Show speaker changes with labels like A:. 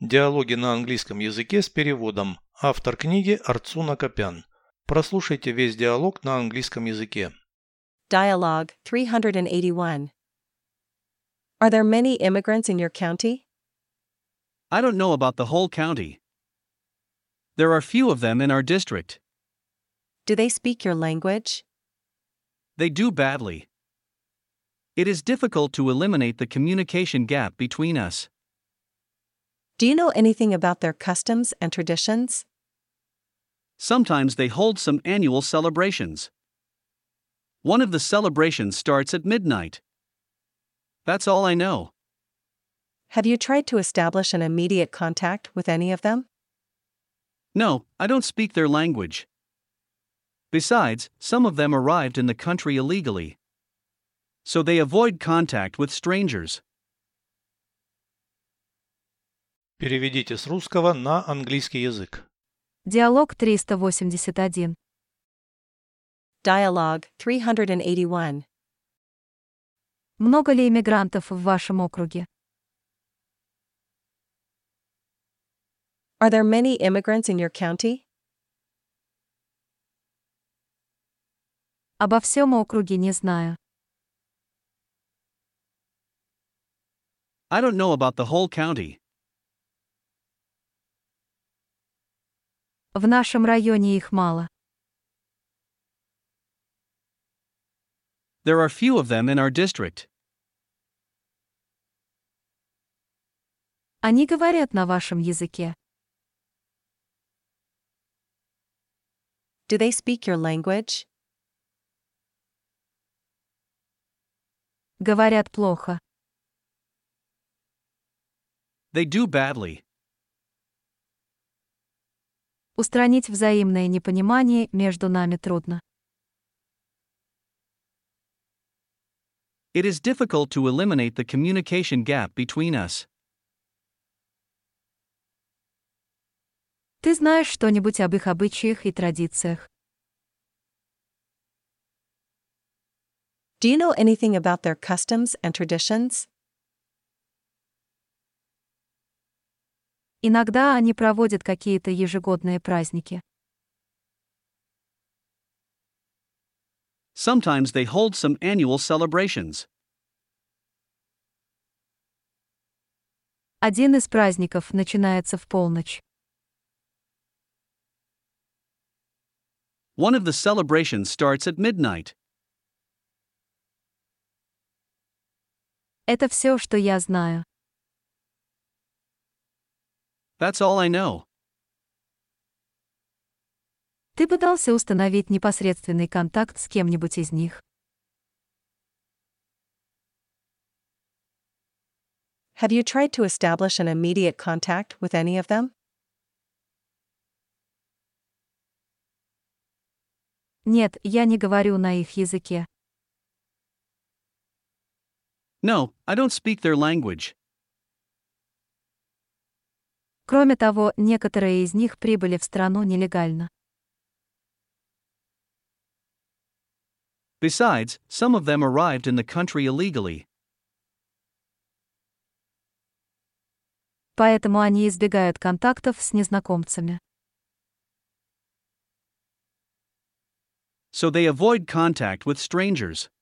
A: Диалоги на английском языке с переводом. Автор книги Арцуна Копян. Прослушайте весь диалог на английском языке.
B: Dialogue 381. Are there many immigrants in your county?
C: I don't know about the whole county. There are few of them in our district.
B: Do they speak your language?
C: They do badly. It is difficult to eliminate the communication gap between us.
B: Do you know anything about their customs and traditions?
C: Sometimes they hold some annual celebrations. One of the celebrations starts at midnight. That's all I know.
B: Have you tried to establish an immediate contact with any of them?
C: No, I don't speak their language. Besides, some of them arrived in the country illegally. So they avoid contact with strangers.
A: Переведите с русского на английский язык.
D: Диалог 381.
B: Dialogue 381.
D: Много ли иммигрантов в вашем округе?
B: Are there many immigrants in your county?
D: Обо всем округе не знаю.
C: I don't know about the whole county.
D: В нашем районе их мало.
C: There are few of them in our district.
D: Они говорят на вашем языке.
B: Do they speak your language?
D: Говорят плохо.
C: They do badly.
D: Устранить взаимное непонимание между нами трудно.
C: It is difficult to eliminate the communication gap between us.
D: Ты знаешь что-нибудь об их обычаях и традициях?
B: Do you know anything about their customs and traditions?
D: Иногда они проводят какие-то ежегодные праздники.
C: Sometimes they hold some annual celebrations.
D: Один из праздников начинается в полночь.
C: One of the celebrations starts at midnight.
D: Это все, что я знаю.
C: That's all I know.
D: Ты пытался установить непосредственный контакт с кем-нибудь из них?
B: Have you tried to establish an immediate contact with any of them?
D: Нет, я не говорю на их языке.
C: No, I don't speak their language.
D: Кроме того, некоторые из них прибыли в страну нелегально.
C: Besides, some of them arrived in the country illegally.
D: Поэтому они избегают контактов с незнакомцами.
C: So they avoid contact with strangers.